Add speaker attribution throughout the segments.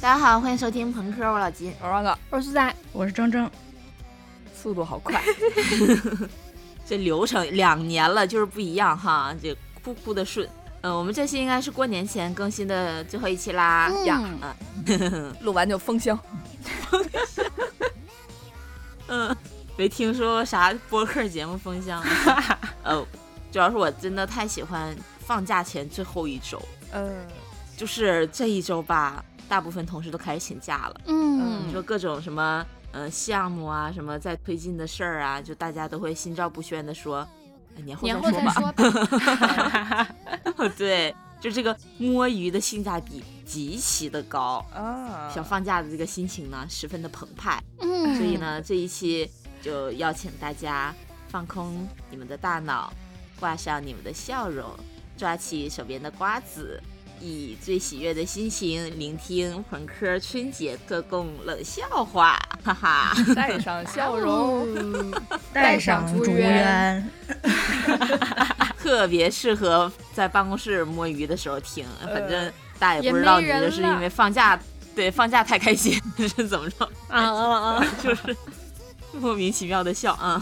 Speaker 1: 大家好，欢迎收听朋克，我老吉。
Speaker 2: 我让哥，
Speaker 3: 我是在
Speaker 4: 我是铮铮，
Speaker 2: 速度好快，
Speaker 1: 这流程两年了，就是不一样哈，这哭哭的顺。嗯、我们这期应该是过年前更新的最后一期啦。
Speaker 2: 呀
Speaker 3: 嗯
Speaker 2: 录完就封箱。
Speaker 1: 嗯，没听说啥播客节目封箱。 呃，主要是我真的太喜欢放假前最后一周，呃
Speaker 2: 嗯，
Speaker 1: 就是这一周吧，大部分同事都开始请假了。
Speaker 3: 嗯
Speaker 1: 你说各种什么呃项目啊，什么在推进的事儿啊，就大家都会心照不宣的说，哎年后
Speaker 3: 年
Speaker 1: 再
Speaker 3: 后
Speaker 1: 说吧。
Speaker 3: 再说吧。
Speaker 1: 对，就这个摸鱼的性价比极其的高，
Speaker 2: 啊
Speaker 1: 想放假的这个心情呢，十分的澎湃。
Speaker 3: 嗯，
Speaker 1: 所以呢，这一期就邀请大家放空你们的大脑，挂上你们的笑容，抓起手边的瓜子，以最喜悦的心情聆听朋克春节特供冷笑话，哈哈。
Speaker 2: 带
Speaker 1: 哦
Speaker 2: 上笑容，
Speaker 3: 容，
Speaker 4: 带
Speaker 3: 上
Speaker 4: 上
Speaker 3: 朱
Speaker 4: 朱
Speaker 3: 元
Speaker 4: 元，
Speaker 1: 特别适合在办公室摸鱼的时候听，反正大呃家也
Speaker 3: 也
Speaker 1: 不知
Speaker 3: 没
Speaker 1: 道你
Speaker 3: 人
Speaker 1: 就是因
Speaker 3: 了
Speaker 1: 为放假，对放假太开心 是怎么着，
Speaker 3: 啊啊啊！
Speaker 1: 就是莫名其妙的笑啊。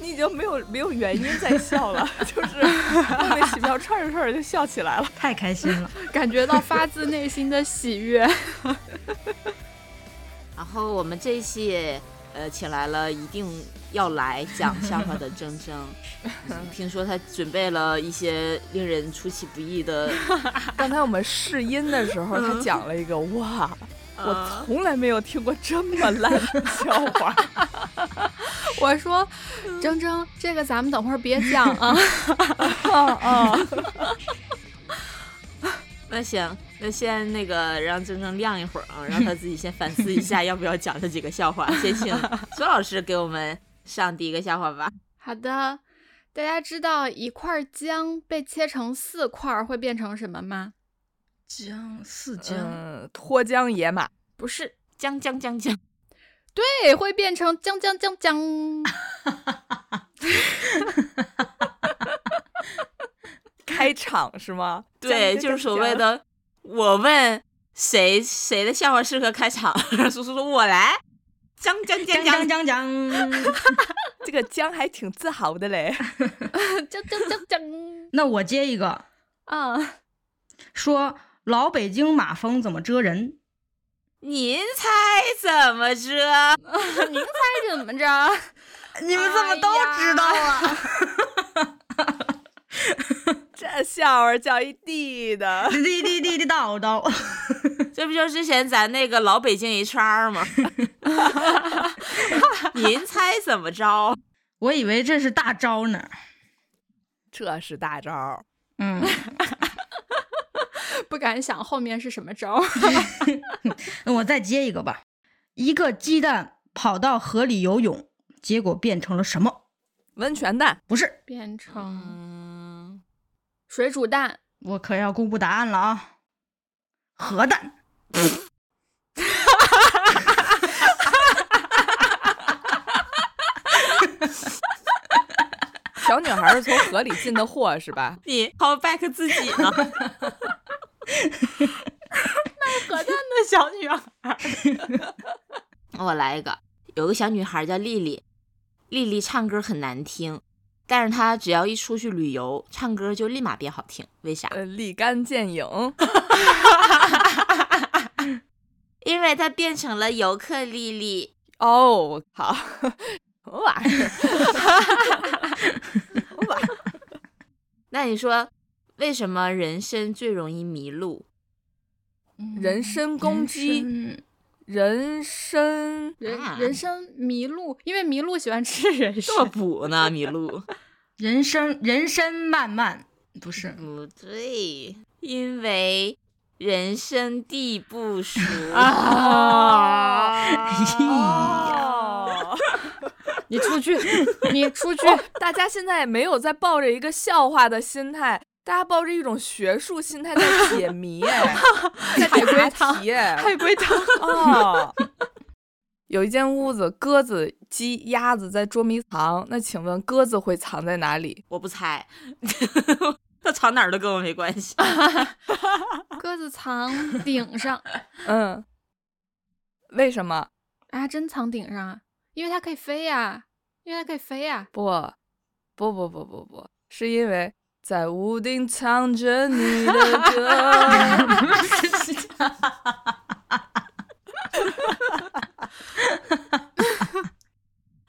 Speaker 2: 你已经没有没有原因再 笑了，就是莫名其妙串着串着就笑 起来了。
Speaker 4: 太开心了。
Speaker 3: 感觉到发自内心的喜 悦。
Speaker 1: 然后我们这一期呃请来了一定要来讲笑话的铮 铮，听说他准备了一些令人出其不意的，
Speaker 2: 刚才我们试音的时
Speaker 1: 嗯
Speaker 2: 候，他讲了一个哇，
Speaker 1: 呃
Speaker 2: 我从来没有听过这么烂的笑 话。
Speaker 3: 我说，铮铮，这个咱们等会儿别讲啊。
Speaker 1: 嗯
Speaker 2: 啊
Speaker 1: 那行，那先那个让铮铮晾一会儿啊，让他自己先反思一下要不要讲这几个笑话。先请周老师给我们上第一个笑话吧。
Speaker 3: 好的，大家知道一块姜被切成四块儿会变成什么吗？
Speaker 4: 姜四姜，
Speaker 2: 嗯，脱缰野马，
Speaker 1: 不是，将将将将，
Speaker 3: 对，会变成姜姜姜 姜。
Speaker 2: 开场是吗？
Speaker 1: 对，就是所谓的我问谁谁的笑话适合开场，叔叔说我来，将将将将
Speaker 4: 姜姜姜。
Speaker 2: 这个姜还挺自豪的嘞。
Speaker 3: 姜姜姜姜。
Speaker 4: 那我接一个，
Speaker 3: 啊，
Speaker 4: 说老北京马蜂怎么蛰人？
Speaker 1: 您猜怎么着？
Speaker 3: 您猜怎么着？啊
Speaker 4: 你
Speaker 3: 哎们怎么都知道
Speaker 4: 啊？
Speaker 2: 这笑话叫一地的，
Speaker 4: 滴滴滴滴叨叨，
Speaker 1: 这不就是之前咱那个老北京一圈儿吗？ 您猜怎么着？
Speaker 4: 我以为这是大招呢。
Speaker 2: 这是大招儿。
Speaker 4: 嗯，
Speaker 3: 不敢想后面是什么招儿。
Speaker 4: 那我再接一个吧。一个鸡蛋跑到河里游泳，结果变成了什么？
Speaker 2: 温泉蛋，
Speaker 4: 不是，
Speaker 3: 变成
Speaker 1: 嗯，？
Speaker 3: 水煮蛋。
Speaker 4: 我可要公布答案了啊！核弹。
Speaker 2: 小女孩是从河里进的货是吧
Speaker 1: 你 call back 自己 呢？
Speaker 3: 核弹的小女孩。
Speaker 1: 我来一个，有个小女孩叫丽丽，丽丽唱歌很难听，但是她只要一出去旅游，唱歌就立马变好听。为啥？
Speaker 2: 呃，立竿见影，
Speaker 1: 因为她变成了游客丽丽。
Speaker 2: 哦，我靠，什么玩意儿？
Speaker 1: 那你说，为什么人参最容易迷路？
Speaker 2: 人身攻击，人 参，
Speaker 3: 人
Speaker 1: 啊
Speaker 3: 人参麋鹿，因为麋鹿喜欢吃人参
Speaker 1: 这， 么补呢？迷路？
Speaker 4: 人生人生漫漫，不是
Speaker 1: 不对，因为人生地不熟
Speaker 2: 啊
Speaker 3: 啊
Speaker 2: 哦，
Speaker 3: 你出去，你出去，
Speaker 2: 大家现在没有在抱着一个笑话的心态，大家抱着一种学术心态在解谜， 哎在
Speaker 3: 海龟
Speaker 2: 答
Speaker 3: 汤
Speaker 2: 题，哎
Speaker 3: 海龟汤。
Speaker 2: 哦， 有一间屋子，鸽子、鸡、鸭子在捉迷藏。那请问鸽子会藏在哪里？
Speaker 1: 我不猜，他藏哪儿都跟我没关系。
Speaker 3: 鸽子字藏顶上
Speaker 2: 嗯，为什么
Speaker 3: 啊，真藏顶上啊，因为它可以飞呀、因为它可以飞呀、
Speaker 2: 不？不不不不不，是因为在屋顶藏着你的歌。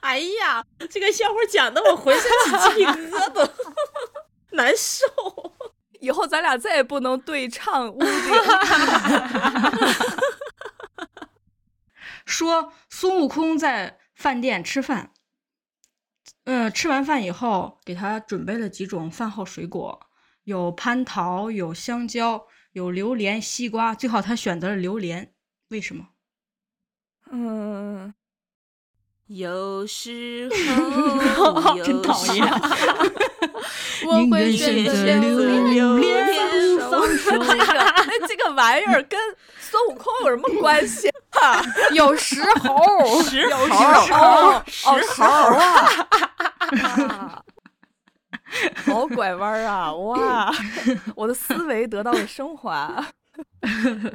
Speaker 1: 哎呀， 这个笑话讲的我浑身起鸡皮疙瘩，难受。
Speaker 2: 以后咱俩再也不能对唱屋顶。
Speaker 4: 说孙悟空在饭店吃饭，呃，吃完饭以后给他准备了几种饭后水果，有蟠桃，有香蕉，有榴莲、西瓜，最后他选择了榴莲，为什么？
Speaker 2: 嗯，
Speaker 1: 有时 候，
Speaker 4: 真
Speaker 1: 有
Speaker 4: 讨
Speaker 1: 时
Speaker 4: 厌。
Speaker 3: 我
Speaker 4: 宁
Speaker 3: 会
Speaker 4: 愿
Speaker 3: 选
Speaker 4: 选
Speaker 3: 择
Speaker 4: 择
Speaker 3: 留
Speaker 4: 榴
Speaker 3: 恋
Speaker 1: 榴
Speaker 4: 莲莲
Speaker 1: 莲
Speaker 4: 放
Speaker 2: 这个 那这个玩意儿跟孙悟空有什么关系？啊
Speaker 3: 有 石猴，
Speaker 1: 石
Speaker 2: 有
Speaker 1: 猴，
Speaker 2: 哦，
Speaker 1: 石
Speaker 2: 哦
Speaker 1: 猴
Speaker 2: 猴啊！啊 好拐弯儿啊！哇，我的思维得到了升华。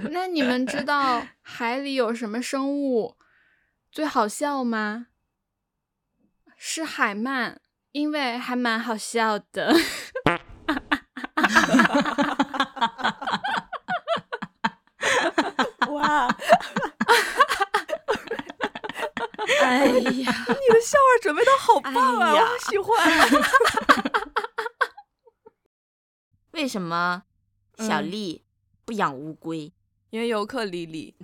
Speaker 3: 那你们知道海里有什么生物最好笑吗？是海鳗，因为还蛮好笑的。
Speaker 2: 哇，
Speaker 1: 哎呀，
Speaker 2: 你的笑话准备的好棒啊！
Speaker 1: 哎呀
Speaker 2: 我好喜欢。啊
Speaker 1: 为什么小
Speaker 2: 嗯
Speaker 1: 丽不养乌龟？
Speaker 2: 因为尤克里里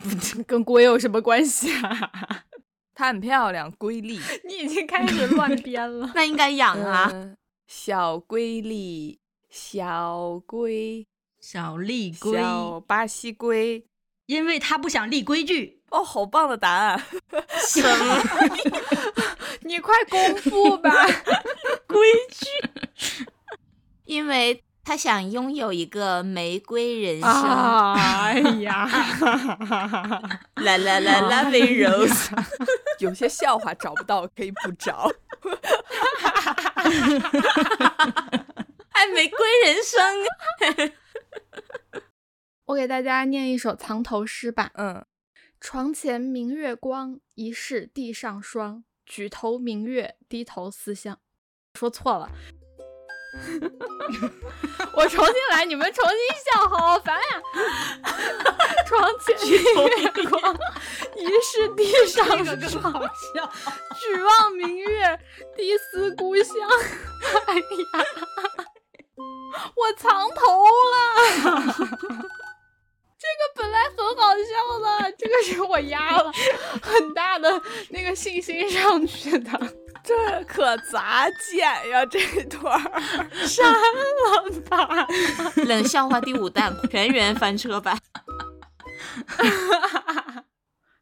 Speaker 3: 跟龟有什么关系啊？
Speaker 2: 它很漂亮，瑰丽
Speaker 3: 你已经开始乱编了。
Speaker 1: 那应该养啊。
Speaker 2: 嗯小瑰丽，小龟，
Speaker 4: 小立规，
Speaker 2: 小巴西龟。
Speaker 4: 因为他不想立规矩。
Speaker 2: 哦，好棒的答案！
Speaker 1: 什么？
Speaker 3: 你快公布 吧！
Speaker 1: 因为他想拥有一个玫瑰人生。
Speaker 3: 啊，哎呀，
Speaker 1: 啦啦啦啦，Love Rose。
Speaker 2: 有些笑话找不到可以不 找。
Speaker 1: 哎，玫瑰人生啊
Speaker 3: 我给大家念一首藏头诗吧：
Speaker 2: 嗯，
Speaker 3: 床前明月光，疑是地上霜。举头明月，低头思乡。说错了， 我重新来，你们重新笑，好烦呀！ 床前明月 光，疑是地上霜。
Speaker 4: 笑，
Speaker 3: 举望明月，低思故乡。 哎呀， 我藏头了。这个本来很好笑的，这个是我压了很大的那个信心上去的，
Speaker 2: 这可咋剪呀？这段儿
Speaker 3: 删了吧。
Speaker 1: 冷笑话第五弹，全员翻车版。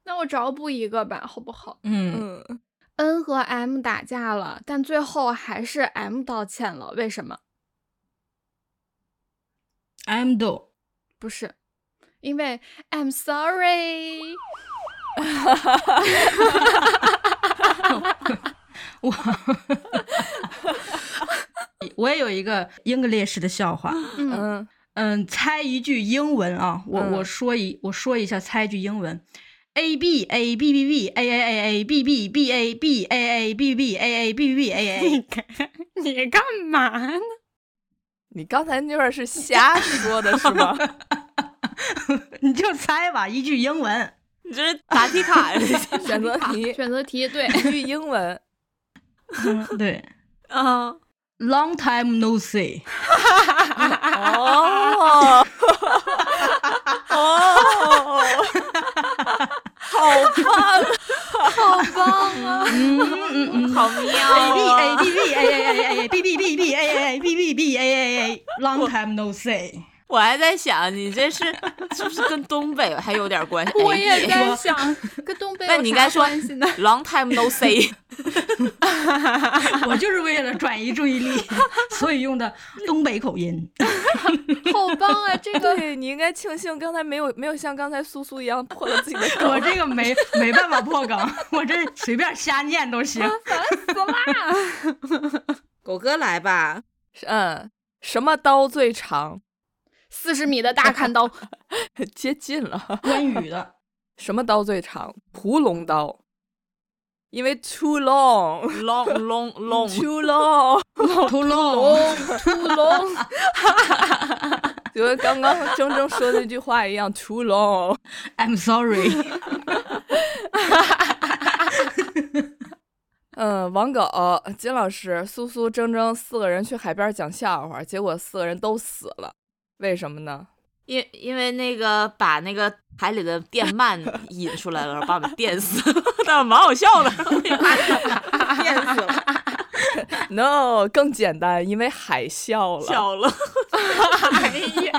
Speaker 3: 那我找补一个吧，好不好
Speaker 4: 嗯，
Speaker 2: 嗯，
Speaker 3: ？N 和 M 打架了，但最后还是 M 道歉了，为什么？
Speaker 4: ，I'm do，
Speaker 3: 不是，因为 I'm sorry。
Speaker 4: 我 我也有一个 English 的笑话。
Speaker 3: 嗯
Speaker 2: 嗯
Speaker 4: 嗯，猜一句英文啊，我、
Speaker 2: 嗯
Speaker 4: 我说一我说一下，猜一句英文。A B A B B B A A A A B B B A B A A B B A A B B A A，
Speaker 3: 你干嘛呢？
Speaker 2: 你刚才那段是瞎说的是吗？
Speaker 4: 你就猜吧，一句英文。
Speaker 1: 你这是答题卡呀？
Speaker 2: 选择题，
Speaker 3: 选择题对。
Speaker 2: 一句英 文。
Speaker 4: 嗯对
Speaker 1: 啊，
Speaker 4: ，Long time no see，
Speaker 2: 啊哦哦， 好棒！
Speaker 4: 嗯嗯嗯
Speaker 1: 好
Speaker 4: ，A
Speaker 1: 妙啊
Speaker 4: B A B B A A A A A B B B B A A A B B B A A A，Long time no see。
Speaker 1: 我还在想，你这是是不是跟东北还有点关系？哎
Speaker 3: 我也在想，跟东北
Speaker 1: 那
Speaker 3: 有
Speaker 1: 你应
Speaker 3: 啥
Speaker 1: 该说
Speaker 3: 关系呢？
Speaker 1: Long time no see，
Speaker 4: 我就是为了转移注意力，所以用的东北口音。
Speaker 3: 好棒 啊！这个
Speaker 2: 对你应该庆幸刚才没有没有像刚才苏苏一样破了自己的
Speaker 4: 我
Speaker 2: 梗。
Speaker 4: 这个没没办法破梗，我这随便瞎念 都
Speaker 3: 哎
Speaker 4: 行。
Speaker 3: 死啦！
Speaker 1: 狗哥来吧，
Speaker 2: 嗯，什么刀最长？
Speaker 3: 四十米的大砍刀，
Speaker 2: 接近了。
Speaker 4: 关羽的，
Speaker 2: 什么刀最长？屠龙刀，因为 too long，too
Speaker 1: long long long，
Speaker 2: long。
Speaker 4: 屠龙，
Speaker 3: 屠龙，
Speaker 2: 就跟刚刚铮铮说的那句话一样，too long。
Speaker 4: I'm sorry，
Speaker 2: 嗯，王狗、金老师、苏苏、铮铮四个人去海边讲笑话，结果四个人都死了，为什么呢？
Speaker 1: 因因为那个把那个海里的电鳗引出来了，然 后把我们电死，但蛮好笑的。
Speaker 5: 电死了。
Speaker 2: No，更简单，因为海啸了。
Speaker 1: 笑了，
Speaker 3: 哎呀，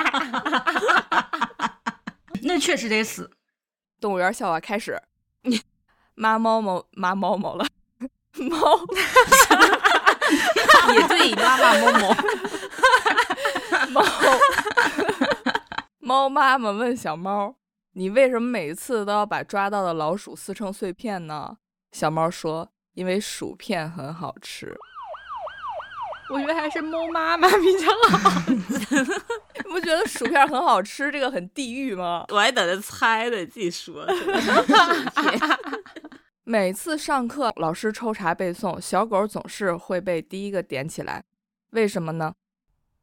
Speaker 4: 那确实得死。
Speaker 2: 动物园笑话开始， 妈猫猫妈猫猫了， 猫
Speaker 1: 也对，妈妈某某，
Speaker 2: 猫猫妈妈问小猫：“你为什么每次都要把抓到的老鼠撕成碎片呢？”小猫说：“因为薯片很好吃。
Speaker 3: 我觉得还是猫妈妈比较好。”
Speaker 2: 你不觉得薯片很好吃这个很地狱吗？
Speaker 1: 我还等着猜呢，你自己说。
Speaker 2: 每次上课，老师抽查背诵，小狗总是会被第一个点起来，为什么呢？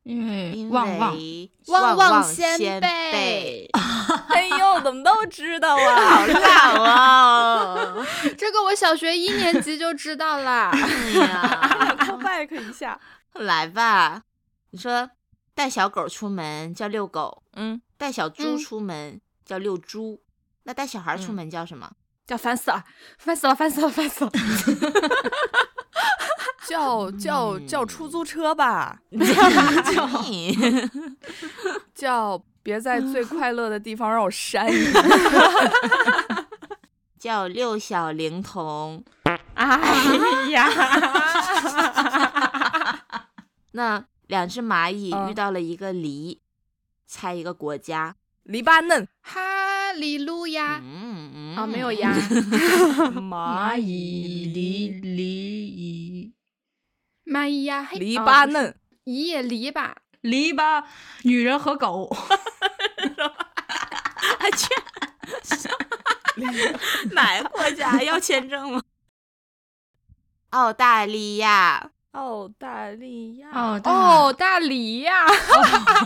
Speaker 4: 因为
Speaker 1: 因
Speaker 4: 旺旺
Speaker 1: 为
Speaker 3: 旺
Speaker 1: 旺
Speaker 3: 旺仙
Speaker 1: 仙
Speaker 3: 贝
Speaker 1: 贝，
Speaker 2: 哎呦，怎么都知道啊！
Speaker 1: 好烂哦！
Speaker 3: 这个我小学一年级就知道啦。
Speaker 1: 哎
Speaker 2: 啊
Speaker 1: 呀，
Speaker 2: back 一下，
Speaker 1: 来吧，你说带小狗出门叫遛狗，
Speaker 2: 嗯，
Speaker 1: 带小猪
Speaker 3: 嗯
Speaker 1: 出门叫遛猪，那带小孩出
Speaker 2: 嗯
Speaker 1: 门叫什么？
Speaker 3: 叫烦死了，烦死了，烦死了，烦 死了！
Speaker 2: 叫叫叫出租车吧，叫别在最快乐的地方让我扇你。
Speaker 1: 叫六小龄童。
Speaker 3: 哎呀，
Speaker 1: 那两只蚂蚁
Speaker 2: 嗯
Speaker 1: 遇到了一个梨，猜一个国家。
Speaker 2: 黎巴嫩，
Speaker 3: 哈利路亚
Speaker 1: 嗯
Speaker 3: 啊，没有呀，
Speaker 2: 蚂
Speaker 4: 蚂蚁离离蚁
Speaker 3: 妈咿呀，嘿
Speaker 2: 黎巴，
Speaker 3: 哦
Speaker 2: 嫩，
Speaker 3: 不是一夜篱笆，
Speaker 4: 篱笆，女人和狗，
Speaker 1: 哪个国家要签证吗？ 澳大利 亚，
Speaker 2: 澳大利亚
Speaker 4: 哦
Speaker 3: 哦，大梨呀，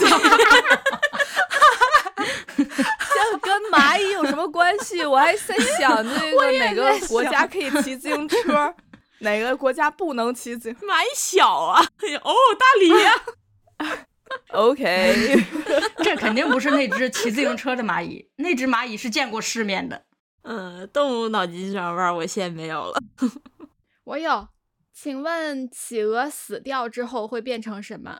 Speaker 2: 这 跟蚂蚁有什么关系？我还在想这个哪个国家可以骑自行车，哪个国家不能骑自行
Speaker 1: 蛮小啊。哦，大理呀、
Speaker 2: ？OK，
Speaker 4: 这肯定不是那只骑自行车的蚂蚁，那只蚂蚁是见过世面的。
Speaker 1: 嗯，动物脑筋急转弯我现在没有了。
Speaker 3: 我有。请问企鹅死掉之后会变成什么？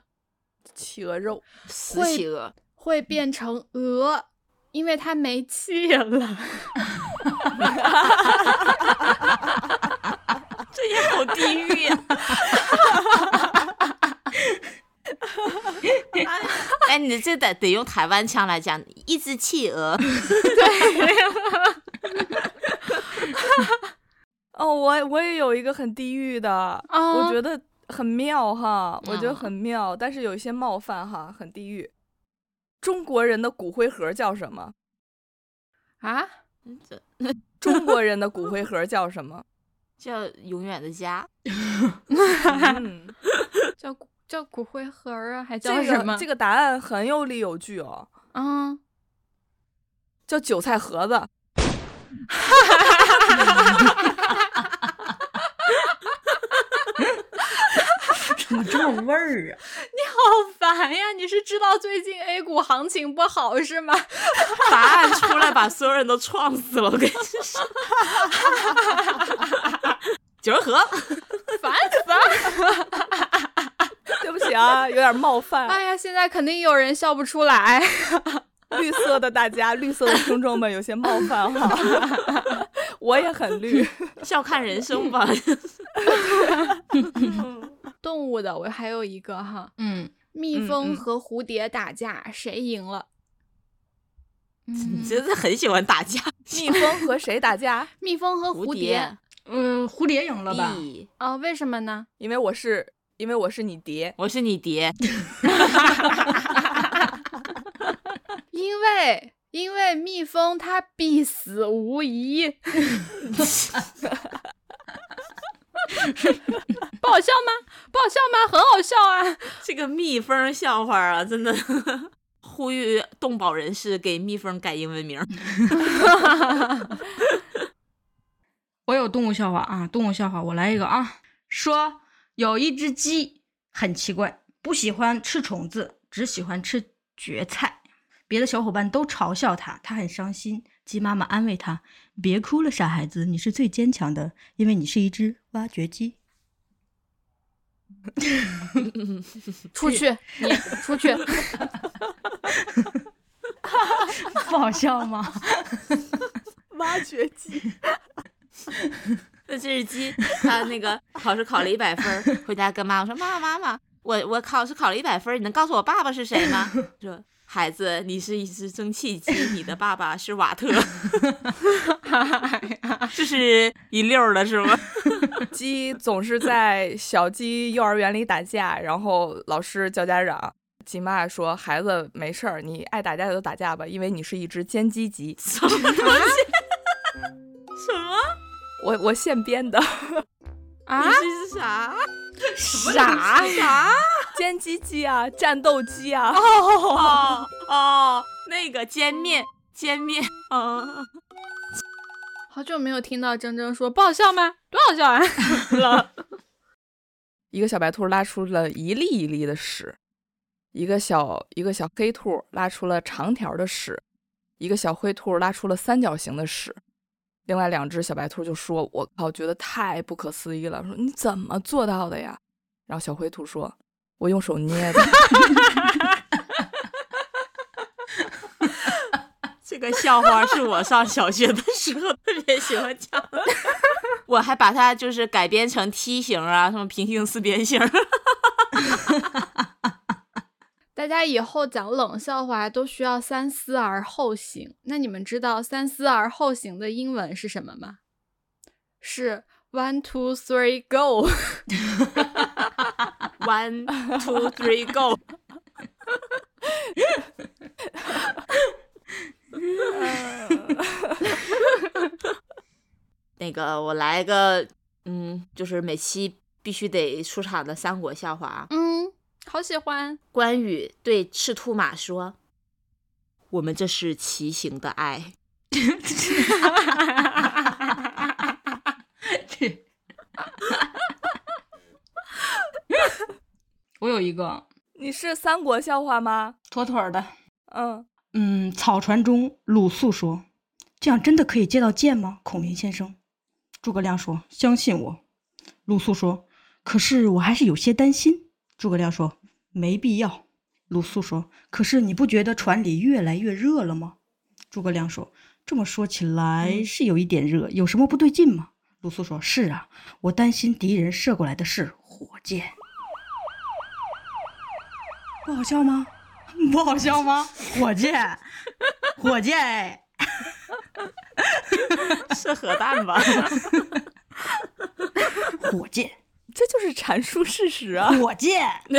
Speaker 2: 企鹅肉，
Speaker 1: 死企鹅，
Speaker 3: 会变成鹅，因为它没气了。
Speaker 1: 这也好地狱呀、 哎，你这得得用台湾腔来讲，一只企鹅。
Speaker 2: 哦，我我也有一个很地狱的，
Speaker 3: 哦
Speaker 2: 我觉得很妙哈，我觉得
Speaker 1: 嗯
Speaker 2: 很妙，但是有一些冒犯哈，很地狱。中国人的骨灰盒叫什么？
Speaker 3: 啊，
Speaker 2: 中国人的骨灰盒叫什么？
Speaker 1: 叫永远的家，
Speaker 2: 嗯，
Speaker 3: 叫骨叫骨灰盒儿啊，还叫
Speaker 2: 这
Speaker 3: 什么？
Speaker 2: 个这个答案很有理有据哦，
Speaker 3: 嗯，
Speaker 2: 叫韭菜盒子。
Speaker 4: 怎么这么味儿啊？
Speaker 3: 好烦呀！你是知道最近 A 股行情不好是吗？
Speaker 1: 答案出来把所有人都撞死了，我跟你说。 九儿河，
Speaker 3: 烦死了！
Speaker 2: 对不起啊，有点冒犯。
Speaker 3: 哎呀，现在肯定有人笑不出来。
Speaker 2: 绿色的大家，绿色的听众们有些冒犯哈， 我也很绿。
Speaker 1: 笑看人生 吧。
Speaker 3: 动物的，我还有一个哈，
Speaker 4: 嗯，
Speaker 3: 蜜
Speaker 2: 嗯
Speaker 3: 蜂
Speaker 2: 嗯
Speaker 3: 和蝴蝶打架，谁赢了？
Speaker 4: 嗯
Speaker 1: 你真的很喜欢打架。
Speaker 2: 蜜蜂和谁打架？
Speaker 3: 蜜蜂和
Speaker 1: 蝴
Speaker 3: 蝴
Speaker 1: 蝶
Speaker 3: 蝶
Speaker 4: 呃，蝴蝶赢了吧？
Speaker 1: B，
Speaker 3: 啊、为什么呢？
Speaker 2: 因为 我是，因为我是你爹。
Speaker 1: 我是你爹。
Speaker 3: 因为因为蜜蜂它必死无疑， 不好笑吗？不好笑吗？很好笑啊！
Speaker 1: 这个蜜蜂笑话啊，真的 呼吁动保人士给蜜蜂改英文名儿。
Speaker 4: 我有动物笑话啊，动物笑话，我来一个啊。说有一只鸡很奇怪，不喜欢吃虫子，只喜欢吃蕨菜。别的小伙伴都嘲笑它，它很伤心。鸡妈妈安慰它：“别哭了，傻孩子，你是最坚强的，因为你是一只挖掘机。
Speaker 3: 出去，你出去，”
Speaker 4: 不好笑吗？
Speaker 6: 挖掘机，
Speaker 1: 那这只 鸡，它那个考试考了一百分儿，回家跟妈妈说：“妈妈，妈妈，我我考试考了一百分儿，你能告诉我爸爸是谁吗？” 说：“孩子，你是一只蒸汽机，你的爸爸是瓦特。”这是一溜儿的是吗？
Speaker 2: 鸡总是在小鸡幼儿园里打架，然后老师叫家长。鸡妈说：“孩子没事儿，你爱打架就打架吧，因为你是一只歼击鸡。
Speaker 1: 什么 东西？什么？
Speaker 2: 我”我现编的
Speaker 3: 啊
Speaker 1: 你！是只啥？
Speaker 3: 傻
Speaker 1: 啥？
Speaker 2: 歼击鸡啊，战斗机啊，
Speaker 1: 哦哦，那个歼灭，歼灭，嗯、
Speaker 3: 好久没有听到铮铮说不好笑吗？多好笑啊！
Speaker 2: 一个小白兔拉出了一粒一粒的屎，一个小一个小黑兔拉出了长条的屎，一个小灰兔拉出了三角形的屎。另外两只小白兔就说：“我靠，觉得太不可思议了！说你怎么做到的呀？”然后小灰兔说：“我用手捏的。
Speaker 1: 这个笑话是我上小学的时候特别喜欢讲的， 我还把它就是改编成梯形啊，什么平行四边形。
Speaker 3: 大家以后讲冷笑话都需要三思而后行。那你们知道“三思而后行”的英文是什么吗？是 “one two three go”。
Speaker 1: One, two, three, go！那个，我来个，嗯，就是每期必须得出场的三国笑话啊。
Speaker 3: 嗯，好喜欢。
Speaker 1: 关羽对赤兔马说：“我们这是骑行的爱。
Speaker 4: 我有一个
Speaker 2: 你是三国笑话吗？
Speaker 4: 妥妥的。
Speaker 2: 嗯，
Speaker 4: 嗯，草船中鲁肃说：“这样真的可以借到剑吗？”孔明先生，诸葛亮说：“相信我。”鲁肃说：“可是我还是有些担心。”诸葛亮说：“没必要。”鲁肃说：“可是你不觉得船里越来越热了吗？”诸葛亮说：“这么说起来是有一点热，有什么不对劲吗？”鲁肃说：“是啊，我担心敌人射过来的是火箭。”不好笑吗？ 不好笑吗？火箭，火箭哎，”
Speaker 1: 是核弹 吧？
Speaker 4: 火箭，
Speaker 2: 这就是阐述事实啊。
Speaker 4: 火 箭，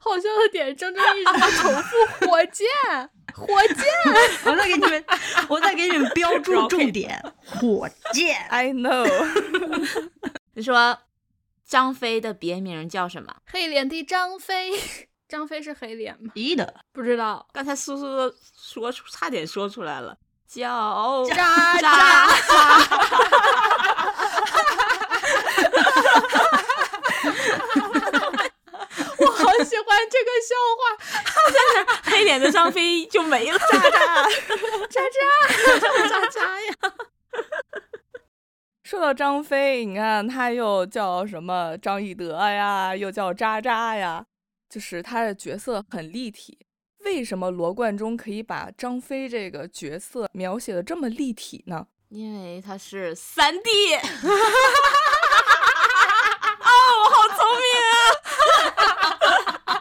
Speaker 3: 好笑的点，铮铮一直在重 复火箭，火箭。
Speaker 4: 我再给你们，我再给你们标注重点，火箭，
Speaker 2: I know，
Speaker 1: 你说张飞的别名叫什么？
Speaker 3: 黑脸帝张飞， 张飞是黑脸吗？
Speaker 4: 一的，
Speaker 3: 不知道。
Speaker 1: 刚才苏苏说出，差点说出来了，叫
Speaker 3: 渣
Speaker 1: 渣。
Speaker 3: 我好喜欢这个笑话，
Speaker 1: 黑脸的张飞就没了，渣渣
Speaker 3: 渣渣。
Speaker 1: 渣渣呀！
Speaker 2: 说到张飞，你看他又叫什么张翼德呀，又叫渣渣呀，就是他的角色很立体。为什么罗贯中可以把张飞这个角色描写的这么立体呢？
Speaker 1: 因为他是三弟。 哦啊，我好聪明啊！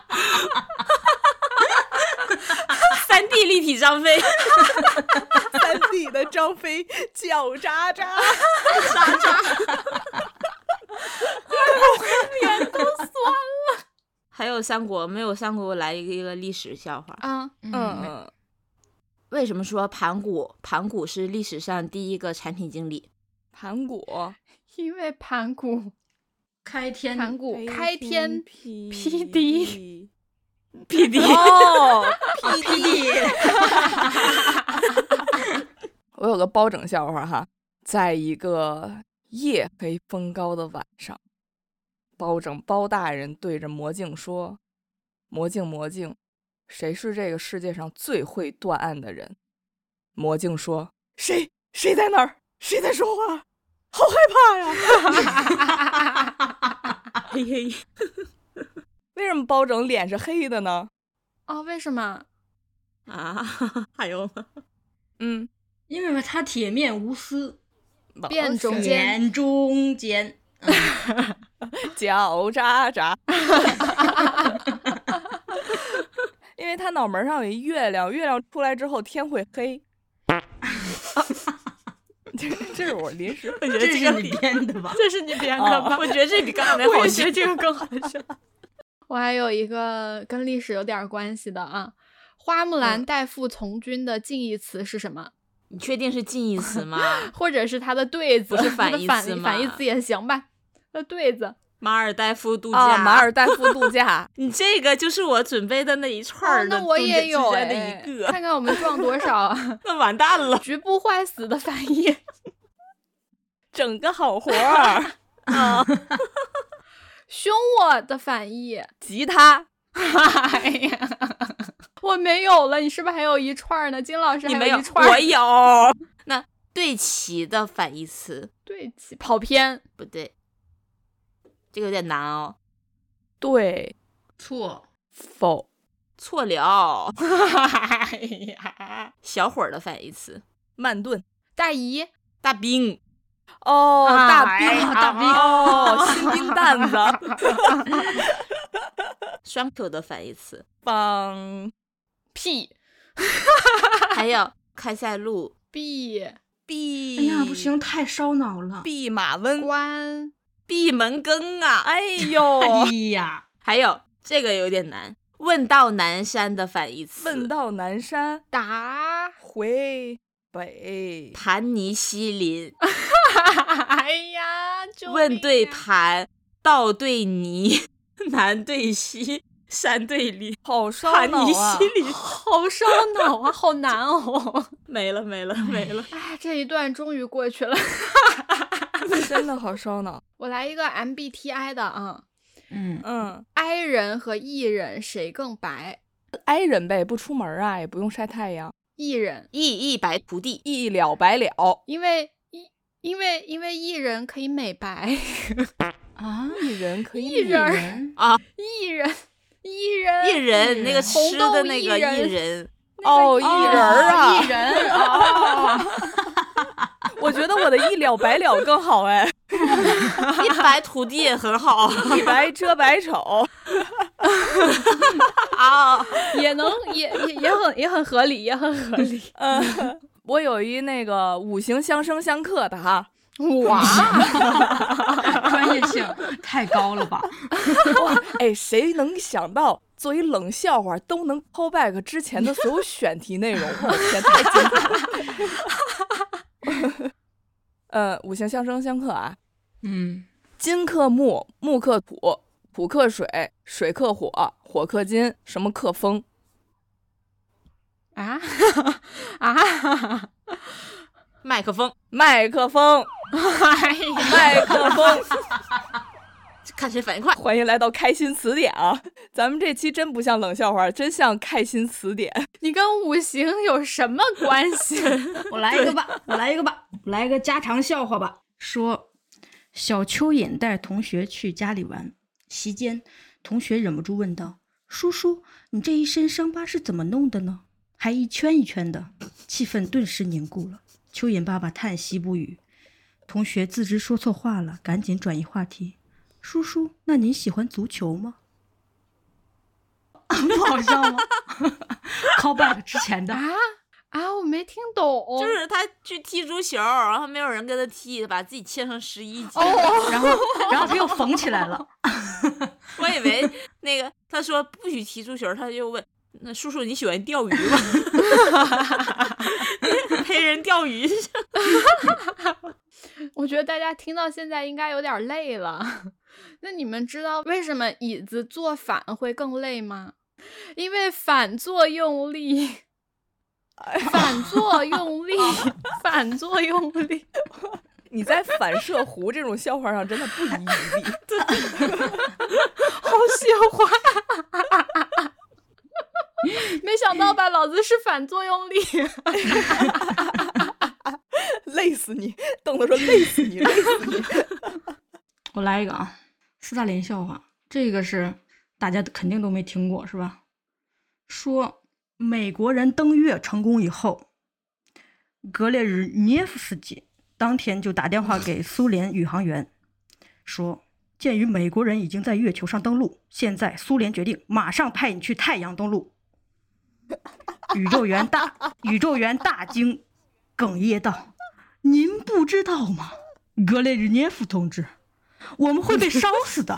Speaker 1: 三 D 立体张飞，
Speaker 2: 三弟的张飞叫渣渣，
Speaker 1: 渣渣。还有三国，没有三国，我来一个一个历史笑话。
Speaker 3: 啊，
Speaker 2: 嗯，嗯，
Speaker 1: 为什么说盘古？盘古是历史上第一个产品经理，
Speaker 2: 盘古
Speaker 3: 因为盘古
Speaker 4: 开天
Speaker 3: 盘古开天
Speaker 2: 辟
Speaker 3: 地
Speaker 2: 辟地
Speaker 7: 哦，
Speaker 2: 辟地。 我有个包拯笑话哈，在一个夜黑风高的晚上，包拯包大人对着魔镜说：“魔镜魔镜，谁是这个世界上最会断案的人？”魔镜说：“谁谁在那儿？谁在说话？好害怕呀！”
Speaker 1: 嘿嘿，
Speaker 2: 为什么包拯脸是黑的呢？
Speaker 3: 哦，为什么？
Speaker 1: 啊，还有吗？
Speaker 2: 嗯，
Speaker 4: 因为他铁面无私，
Speaker 3: 变中间
Speaker 4: 眼中间。
Speaker 2: 脚渣 渣，因为他脑门上有一月亮，月亮出来之后天会黑。 这这是我临时
Speaker 1: 我觉
Speaker 4: 这是你编的吧？
Speaker 1: 这是你编
Speaker 2: 的吧
Speaker 1: 哦我觉得这比刚才好笑。
Speaker 3: 这 个更好笑。我还有一个跟历史有点关系的啊，花木
Speaker 1: 嗯
Speaker 3: 兰代父从军的近义词是什么？
Speaker 1: 你确定是近义词吗？
Speaker 3: 或者是它的对子？
Speaker 1: 不是
Speaker 3: 它的
Speaker 1: 反义
Speaker 3: 反
Speaker 1: 词吗
Speaker 3: 反义词也行吧？那对子
Speaker 1: 马尔代夫度假，，
Speaker 2: 啊，马尔代夫度假
Speaker 1: 你这个就是我准备的那一串
Speaker 3: 哦
Speaker 1: 儿，的
Speaker 3: 那我
Speaker 1: 中
Speaker 3: 也
Speaker 1: 间
Speaker 3: 有
Speaker 1: 之间
Speaker 3: 哎
Speaker 1: 的一，个，
Speaker 3: 看看我们撞多少啊！
Speaker 1: 那完蛋了
Speaker 3: 局部坏死的反义，
Speaker 2: 整个好活 儿，
Speaker 1: 啊！
Speaker 3: 凶我的反义。
Speaker 2: 吉他。
Speaker 3: 哎呀，我没有了，你是不是还有一串儿呢？金老师
Speaker 1: 你
Speaker 3: 还
Speaker 1: 没有
Speaker 3: 一，串
Speaker 1: 我
Speaker 3: 儿，
Speaker 1: 有。那对齐的反义词
Speaker 3: 对齐跑偏，
Speaker 1: 不对，这个有点难哦。
Speaker 2: 对
Speaker 4: 错，
Speaker 2: 否？
Speaker 1: 错了，
Speaker 3: 哎呀，
Speaker 1: 小伙儿的反义词，
Speaker 2: 慢炖
Speaker 3: 大姨，
Speaker 1: 大兵。
Speaker 2: 哦，
Speaker 4: 啊
Speaker 2: 大
Speaker 3: 哎
Speaker 2: 兵
Speaker 3: 呀
Speaker 2: 大兵哦，新兵蛋子，
Speaker 1: 双 Q 的反义词，
Speaker 2: 帮
Speaker 3: 屁
Speaker 1: 还有开塞露、
Speaker 3: 闭
Speaker 2: 弼，
Speaker 4: 哎呀，不，行，太烧脑了。
Speaker 2: 弼马温，
Speaker 3: 关
Speaker 1: 闭门羹啊！
Speaker 2: 哎呦，
Speaker 4: 哎呀，
Speaker 1: 还有这个有点难，问到南山的反义词，
Speaker 2: 问到南山
Speaker 3: 达，
Speaker 2: 回北，
Speaker 1: 盘尼西林，
Speaker 3: 哎呀，救命
Speaker 1: 问对
Speaker 3: 啊
Speaker 1: 盘，道对泥， 南对西，山对林，
Speaker 2: 好烧
Speaker 1: 盘
Speaker 2: 脑
Speaker 1: 尼
Speaker 2: 啊
Speaker 1: 西！林，
Speaker 3: 好烧脑啊，好难哦！
Speaker 1: 没了没了没了，
Speaker 3: 哎，这一段终于过去了。
Speaker 2: 真的好烧脑。
Speaker 3: 我来一个 MBTI 的啊
Speaker 4: 嗯，
Speaker 2: 嗯
Speaker 3: ，I 人和 E 人谁更白
Speaker 2: 挨人呗，不出门啊，也不用晒太阳，
Speaker 3: ？E 人，
Speaker 1: 一一白徒弟，
Speaker 2: 一了百了。
Speaker 3: 因为一因为因为 E 人可以美白
Speaker 4: 啊，
Speaker 2: 一人可以
Speaker 3: 一人儿
Speaker 4: 人
Speaker 3: ，E 人，E 人，
Speaker 1: 一人那个
Speaker 3: 红
Speaker 1: 吃
Speaker 3: 豆
Speaker 1: 的那个
Speaker 3: 薏仁
Speaker 1: 一人，
Speaker 2: 哦，一
Speaker 3: 那个
Speaker 2: 人儿啊！
Speaker 4: 一人哦，
Speaker 2: 我觉得我的一了百了更好哎，
Speaker 1: 一白徒弟也很好
Speaker 2: 一白遮百丑。
Speaker 1: 啊。
Speaker 3: 也能也也也很也很合理，也很合理。
Speaker 2: 嗯，我有一那个五行相生相克的哈，
Speaker 3: 哇，
Speaker 4: 专业性太高了吧？
Speaker 2: 哇，哎，谁能想到作为冷笑话都能 call back 之前的所有选题内容？我天，太精彩了！ 呃，五行相生相克啊，
Speaker 4: 嗯，
Speaker 2: 金克木，木克土，土克水，水克火，火克金，什么克风？
Speaker 3: 啊 啊！
Speaker 1: 麦克风，
Speaker 2: 麦克风，
Speaker 3: 哎呀，
Speaker 2: 麦克风，
Speaker 1: 看谁反应快。
Speaker 2: 欢迎来到开心词典啊！咱们这期真不像冷笑话，真像开心词典。
Speaker 3: 你跟五行有什么关系？
Speaker 4: 我来一个吧，我来一个吧，我来一个家常笑话吧。说，小蚯蚓带同学去家里玩，席间，同学忍不住问道：“叔叔，你这一身伤疤是怎么弄的呢？还一圈一圈的。”气氛顿时凝固了。蚯蚓爸爸叹息不语。同学自知说错话了，赶紧转移话题：“叔叔，那您喜欢足球吗？” 不好笑吗 ？call back 之前的。
Speaker 3: 啊啊！我没听懂，
Speaker 1: 就是他去踢足球，然后没有人跟他踢，把自己切成十一级。
Speaker 4: 然后然后他又缝起来了。
Speaker 1: 我以为那个他说不许踢足球，他就问那叔叔你喜欢钓鱼吗？ 陪人钓鱼，
Speaker 3: 我觉得大家听到现在应该有点累了。 那你们知道为什么椅子坐反会更累吗？因为反作用力，
Speaker 1: 哎
Speaker 3: 反作用力， 反作用力。
Speaker 2: 你在反射弧这种笑话上真的不遗余力。
Speaker 3: 好喜欢，没想到吧？老子是反作用力，
Speaker 2: 累死你！凳子说累死你，累死你。
Speaker 4: 我来一个啊，斯大林笑话，这个是大家肯定都没听过是吧？说美国人登月成功以后，格列日涅夫斯基当天就打电话给苏联宇航员，说鉴于美国人已经在月球上登陆，现在苏联决定马上派你去太阳登陆。宇宙员大宇宙员大惊，哽咽道：“您不知道吗，格列日涅夫同志？”我们会被烧死 的。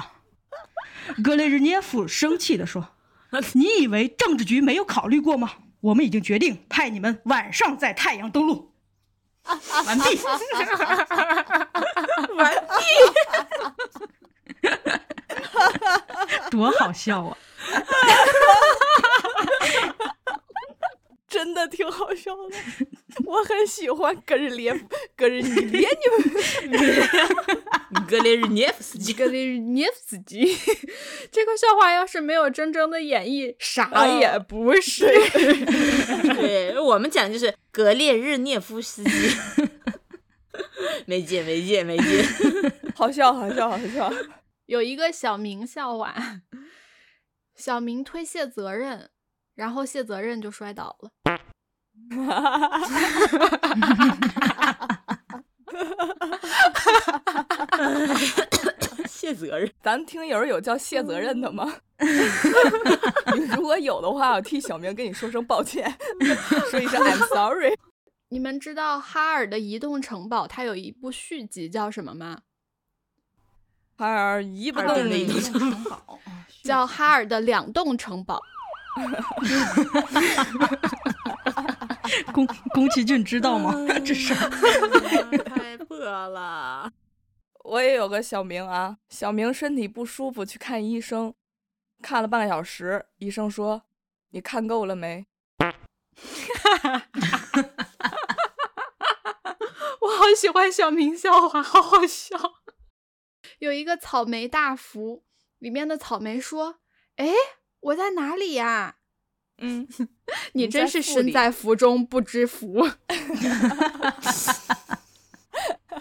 Speaker 4: 格雷日涅夫生气地说：“你以为政治局没有考虑过吗？我们已经决定派你们晚上在太阳登 陆。”完毕。
Speaker 1: 完
Speaker 4: 多好笑啊！
Speaker 2: 真的挺好笑的，我很喜欢跟着连跟着你连你们。
Speaker 1: 格列日涅夫斯基，
Speaker 3: 格列日涅夫斯基。 这个笑话要是没有真正的演绎，啥
Speaker 1: 嗯
Speaker 3: 也不是。
Speaker 1: 对我们讲就是格列日涅夫斯基， 没劲没劲没劲，
Speaker 2: 好笑，好笑，好笑！
Speaker 3: 有一个小明笑话， 小明推卸责任，然后卸责任就摔倒了。
Speaker 1: 卸责任。
Speaker 2: 咱们听友有叫卸责任的吗？如果有的话，我替小明跟你说声抱歉，说一声 I'm sorry。
Speaker 3: 你们知道哈尔的移动城堡它有一部续集叫什么吗？
Speaker 2: 哈尔移不
Speaker 1: 哈尔
Speaker 2: 动
Speaker 1: 的移
Speaker 2: 你
Speaker 1: 动
Speaker 4: 城堡
Speaker 3: 叫《哈尔的两栋城堡》。
Speaker 4: 宫宫崎骏知道吗？这事儿
Speaker 1: 嗯太破了，
Speaker 2: 我也有个小明啊，小明身体不舒服去看医生，看了半个小时，医生说：“你看够了没
Speaker 3: 我好喜欢小明笑话，好好笑。有一个草莓大福，里面的草莓说：“哎，我在哪里呀？”？”
Speaker 2: 嗯，
Speaker 3: 你
Speaker 2: 你
Speaker 3: 真
Speaker 2: 在
Speaker 3: 是
Speaker 2: 腹
Speaker 3: 身
Speaker 2: 里
Speaker 3: 在福中不知福。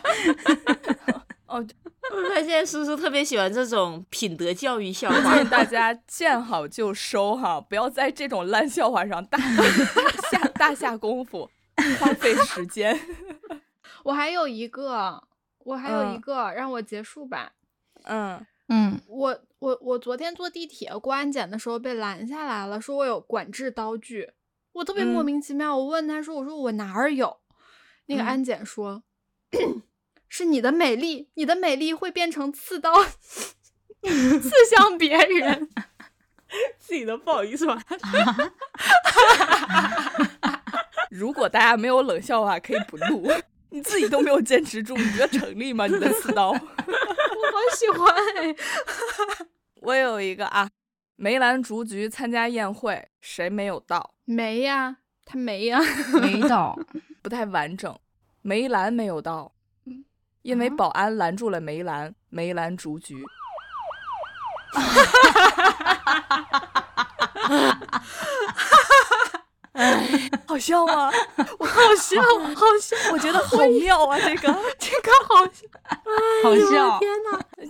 Speaker 2: 哦
Speaker 1: 我发现叔叔特别喜欢这种品德教育笑
Speaker 2: 所
Speaker 1: 话
Speaker 2: 以。大家见好就收哈，不要在这种烂笑话上大 下大下功夫，花费时间。
Speaker 3: 我还有一个，我还有一
Speaker 2: 嗯
Speaker 3: 个，让我结束吧。
Speaker 2: 嗯，
Speaker 4: 嗯，
Speaker 3: 我我我昨天坐地铁过安检的时候被拦下来了，说我有管制刀具，我特别莫
Speaker 2: 嗯
Speaker 3: 名其妙。我问他说：“我说我哪儿有？”那个
Speaker 2: 嗯
Speaker 3: 安检说：“ 是你的美丽，你的美丽会变成刺刀， 刺向别人。
Speaker 1: 自己都不好意思吧？
Speaker 2: 如果大家没有冷笑话，可以不录。你自己都没有坚持住，你觉得成立吗？你的刺刀。”
Speaker 3: 我好喜欢哎，
Speaker 2: 我有一个啊，梅兰竹菊参加宴会，谁没有到？
Speaker 3: 没呀，他没呀，
Speaker 4: 没到，
Speaker 2: 不太完整。梅兰没有到，因为保安拦住了梅兰。梅兰竹菊， 好笑啊吗？
Speaker 3: 好笑，好笑，
Speaker 2: 我觉得好妙啊！这个，
Speaker 3: 这个好笑，
Speaker 4: 好笑。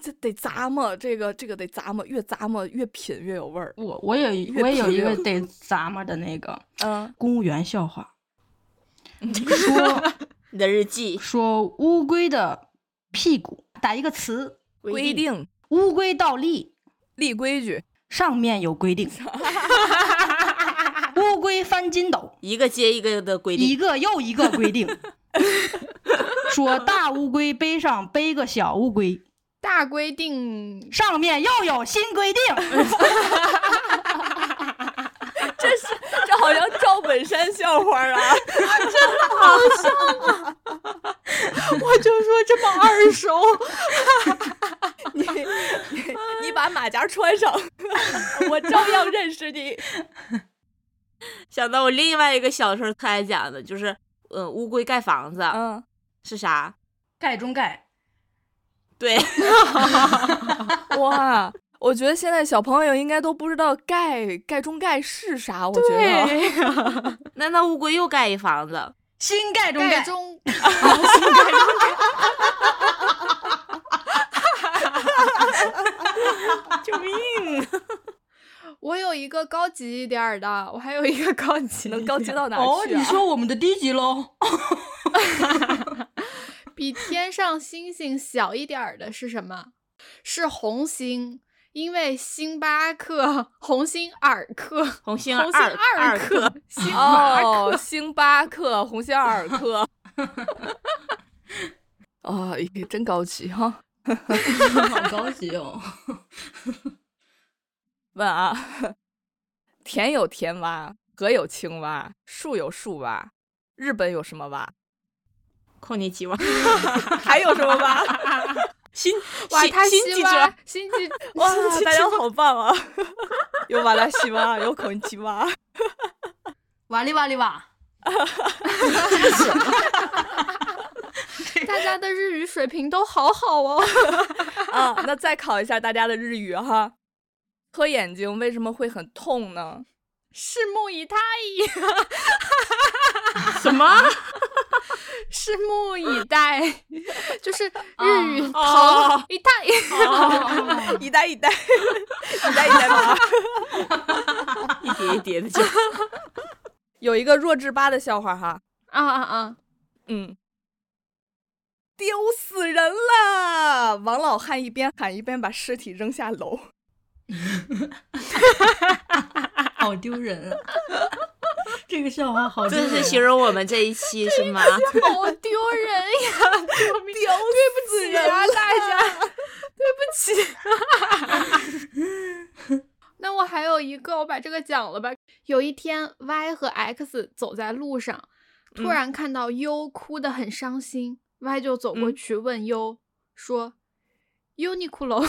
Speaker 2: 这得咂摸，这个这个得咂摸，越咂摸越品越有味儿。
Speaker 4: 我我有一我也有一个得咂摸的那个
Speaker 2: 嗯，
Speaker 4: 公务员笑话，说
Speaker 1: 你的日记
Speaker 4: 说乌龟的屁股打一个词，
Speaker 2: 规定
Speaker 4: 乌龟倒立，
Speaker 2: 立规矩，
Speaker 4: 上面有规 定。乌龟翻筋斗，
Speaker 1: 一个接一个的规
Speaker 4: 一
Speaker 1: 定，
Speaker 4: 个又一个规 定。说大乌龟背上背个小乌龟，
Speaker 3: 大规定
Speaker 4: 上面又有新规定。
Speaker 2: 这是这好像赵本山笑话啊！
Speaker 3: 我就说这么耳熟，
Speaker 2: 你你你把马甲穿上， 我照样认识你。
Speaker 1: 想到我另外一个小时候特爱讲的，就是呃乌龟盖房子、
Speaker 2: 嗯，
Speaker 1: 是啥？
Speaker 4: 盖中盖，
Speaker 1: 对，
Speaker 2: 哇，我觉得现在小朋友应该都不知道钙钙中钙是啥。我觉得
Speaker 1: 那那乌龟又盖一房子，
Speaker 4: 新盖中
Speaker 3: 盖
Speaker 4: 盖，
Speaker 3: 中
Speaker 1: 救命！
Speaker 3: 我有一个高级一点儿的，我还有一个高级
Speaker 2: 能高级到哪
Speaker 4: 哦，
Speaker 2: 去、
Speaker 4: 你
Speaker 2: 啊？
Speaker 4: 说我们的低级 喽？
Speaker 3: 比天上星星小一点儿的是什么？是红星，因为星巴克、红星尔克、
Speaker 1: 红星
Speaker 3: 红星
Speaker 1: 二
Speaker 3: 二
Speaker 1: 克，
Speaker 3: 克、星巴克。
Speaker 2: 哦，星巴克、鸿星尔克。 啊、也真高级哈、
Speaker 4: 好高级哦！
Speaker 2: 问啊，田有田蛙，河有青蛙，树有树蛙，日本有什么蛙？
Speaker 1: 扣你 几万？
Speaker 2: 还有什么蛙？
Speaker 1: 新
Speaker 3: 哇，
Speaker 1: 新
Speaker 3: 他
Speaker 1: 新记
Speaker 3: 西
Speaker 1: 者
Speaker 3: 瓜，新记
Speaker 2: 哇
Speaker 3: 新，记
Speaker 2: 大家好棒啊！ 有瓦拉西蛙，有孔鸡蛙，
Speaker 4: 哇哩哇哩哇，
Speaker 3: 大家的日语水平都好好哦。
Speaker 2: 啊，那再考一下大家的日语哈。磕眼睛为什么会很痛呢？
Speaker 3: 拭目以待，
Speaker 1: 什么？
Speaker 3: 拭目以待，就是日语
Speaker 1: 哦
Speaker 3: 疼一待。
Speaker 2: 一代一代，一代一代吧。
Speaker 1: 一叠一叠的 讲，
Speaker 2: 有一个弱智吧的笑话哈，
Speaker 3: 啊啊啊！
Speaker 2: 嗯，丢死人了！王老汉一边喊一边把尸体扔下楼。
Speaker 4: 好丢人啊！ 这个笑话好
Speaker 1: 这
Speaker 4: 丢人，
Speaker 1: 是形容我们这一期是吗？
Speaker 3: 好丢人呀！救命！对不起 呀、大家，对不起。 那我还有一个，我把这个讲了吧。有一天，Y 和 X 走在路上，
Speaker 1: 嗯
Speaker 3: 突然看到 U 哭得很伤心、y 就走
Speaker 1: 嗯
Speaker 3: 过去问 U、说：“Uniqlo。”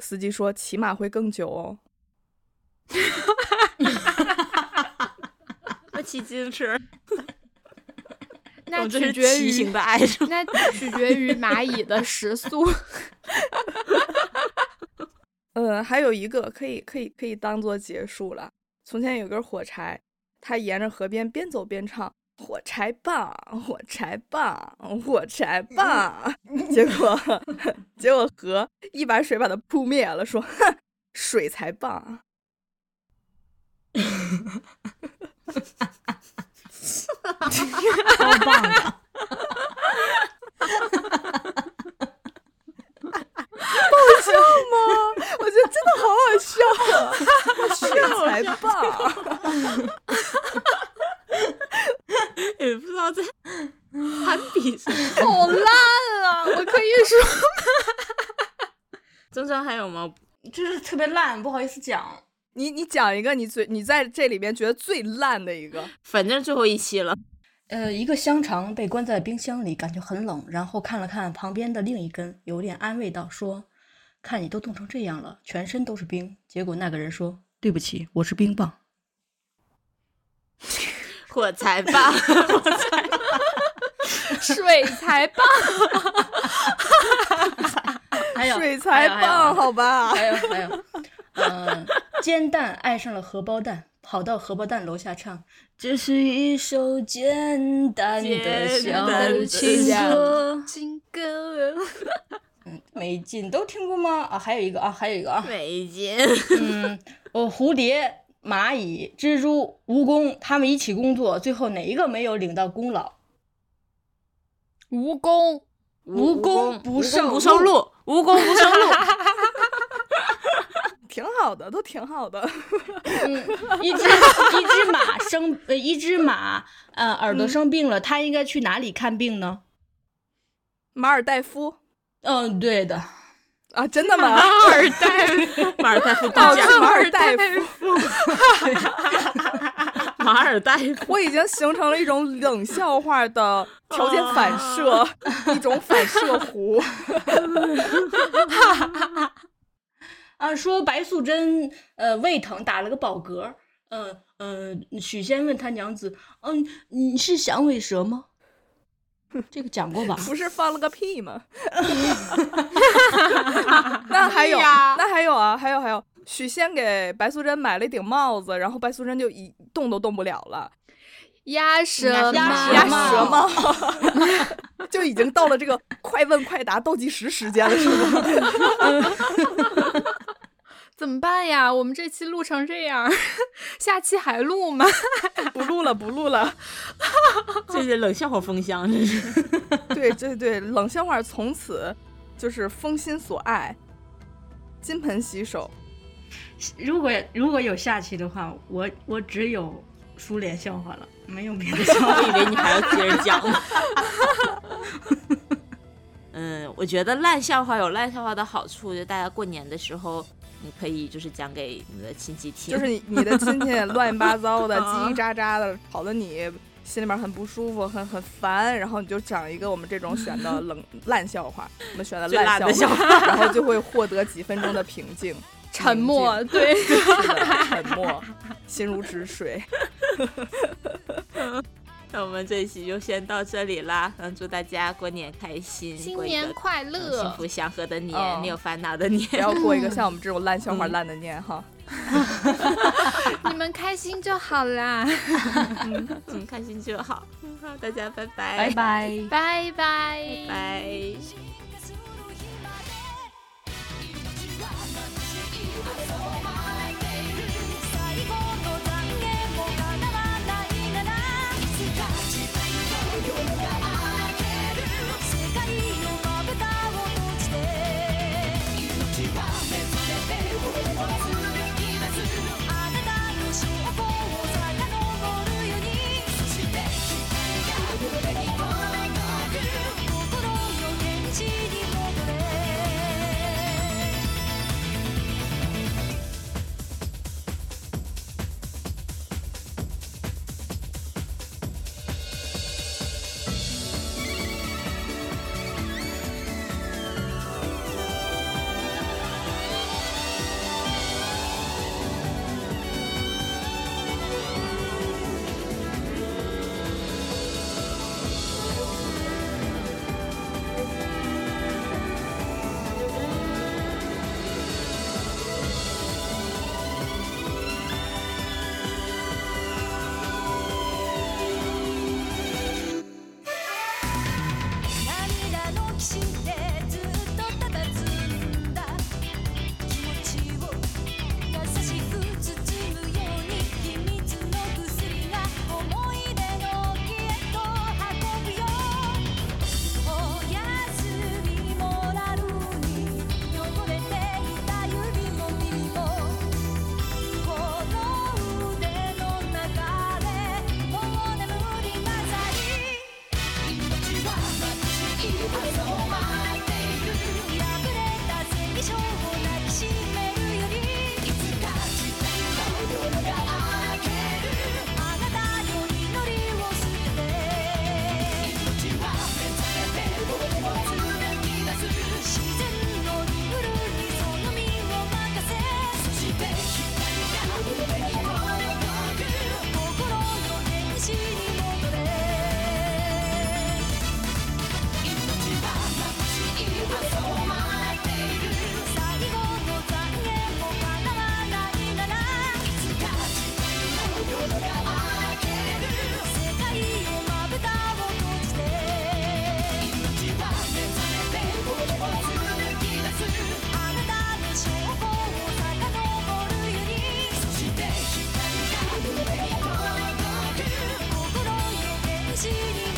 Speaker 2: 司机说：“起码会更久哦。
Speaker 1: 我骑自行车，
Speaker 3: 那
Speaker 1: 我这
Speaker 3: 取
Speaker 1: 是
Speaker 3: 决
Speaker 1: 骑行
Speaker 3: 于
Speaker 1: 的爱上。
Speaker 3: 那取决于蚂蚁的时速。
Speaker 2: 嗯，还有一个可以可以可以当做结束了。从前有根火柴，它沿着河边边走边唱：“火柴棒，火柴棒，火柴棒。 结果结果河一把水把它扑灭了，说：“哼，水才棒。”
Speaker 4: 超棒的。
Speaker 2: 笑吗？ 我觉得真的好好笑啊！ 水才棒，
Speaker 1: 也不知道在攀比什么。
Speaker 3: 好烂啊！我可以 说，
Speaker 1: 铮铮还有吗？
Speaker 4: 就是特别烂，不好意思讲。
Speaker 2: 你你讲一个你最你在这里边觉得最烂的一个，
Speaker 1: 反正最后一期了，
Speaker 4: 呃，一个香肠被关在冰箱里，感觉很冷，然后看了看旁边的另一根，有点安慰道说：“看你都冻成这样了，全身都是冰。”结果那个人说：“对不起，我是冰棒。
Speaker 1: 火柴 棒，
Speaker 3: 水才棒。”
Speaker 4: 还有
Speaker 2: 水才棒，，好吧？
Speaker 4: 还有还有，还有呃，煎蛋爱上了荷包蛋，跑到荷包蛋楼下唱：“这是一首简单的
Speaker 1: 简单
Speaker 4: 小
Speaker 1: 的
Speaker 4: 情
Speaker 2: 小
Speaker 4: 歌。嗯
Speaker 3: 金哥，”
Speaker 4: 没劲，都听过吗？啊，还有一个啊，还有一个啊，
Speaker 1: 美金，
Speaker 4: 嗯，哦，蝴蝶蚂蚁、蜘蛛、蜈蚣，他们一起工作，最后哪一个没有领到功劳？
Speaker 3: 蜈蚣，
Speaker 4: 蜈蚣不
Speaker 1: 蚣
Speaker 4: 受
Speaker 1: 不受
Speaker 4: 禄
Speaker 1: 禄，蜈蚣不 受禄。
Speaker 2: 挺好的，都挺好的。
Speaker 4: 嗯，一 只一只马生呃，一只马呃耳朵生病了，它应该去哪里看病呢？
Speaker 2: 马尔代夫
Speaker 4: 嗯，对的，
Speaker 2: 啊，真的吗？
Speaker 3: 二 代
Speaker 1: 马尔代夫度
Speaker 2: 哦，
Speaker 1: 假，
Speaker 2: 去马尔代夫。
Speaker 1: 马尔代夫。
Speaker 2: 我已经形成了一种冷笑话的条件反射，一种反射弧。
Speaker 4: 啊，说白素贞呃胃疼打了个饱嗝，嗯嗯，许仙问他娘子，嗯，你是响尾蛇 吗？这个讲过吧？
Speaker 2: 不是放了个屁吗？ 那还有，
Speaker 1: 哎呀
Speaker 2: 那还有啊，还有还有，许仙给白素贞买了一顶帽子，然后白素贞就一动都动不了了，
Speaker 3: 鸭舌
Speaker 4: 鸭
Speaker 3: 帽
Speaker 2: 鸭
Speaker 4: 帽
Speaker 2: 舌帽，就已经到了这个快问快答倒计时时间了，是吗？
Speaker 3: 怎么办呀？我们这期录成这样儿，下期还录吗？
Speaker 2: 不录了，不录了。
Speaker 1: 这是冷笑话风箱，这是。
Speaker 2: 对对对，冷笑话从此就是封心所爱，金盆洗手。
Speaker 4: 如果如果有下期的话，我我只有苏联笑话了，没有别的笑话
Speaker 1: 我。以为你还要接着讲呢。嗯，我觉得烂笑话有烂笑话的好处，就大家过年的时候，你可以就是讲给你的亲戚听。
Speaker 2: 就是你你的亲戚乱七八糟的、
Speaker 1: 啊
Speaker 2: 叽叽喳喳的，吵得你心里面很不舒服、很很烦，然后你就讲一个我们这种选的冷烂笑话，我们选的
Speaker 1: 最烂
Speaker 2: 烂
Speaker 1: 的
Speaker 2: 笑
Speaker 1: 笑
Speaker 2: 话， 然后就会获得几分钟的平静、
Speaker 3: 沉
Speaker 2: 宁
Speaker 3: 默，
Speaker 2: 静
Speaker 3: 对，
Speaker 2: 是的沉默，心如止水。
Speaker 1: 那我们这一期就先到这里啦，嗯，祝大家过年开心，
Speaker 3: 新
Speaker 1: 过一
Speaker 3: 年
Speaker 1: 个
Speaker 3: 快
Speaker 1: 嗯幸
Speaker 3: 乐，
Speaker 1: 福祥和的年，
Speaker 2: 嗯
Speaker 1: 没有烦恼的年。
Speaker 2: 不要过一个像我们这种烂笑话
Speaker 1: 嗯
Speaker 2: 烂的年哈。
Speaker 3: 你们开心就好 啦，
Speaker 1: 嗯，开心就好。嗯好，大家拜拜，
Speaker 4: 拜拜。
Speaker 3: 拜拜。
Speaker 1: 拜。
Speaker 8: 心の現実
Speaker 9: 街に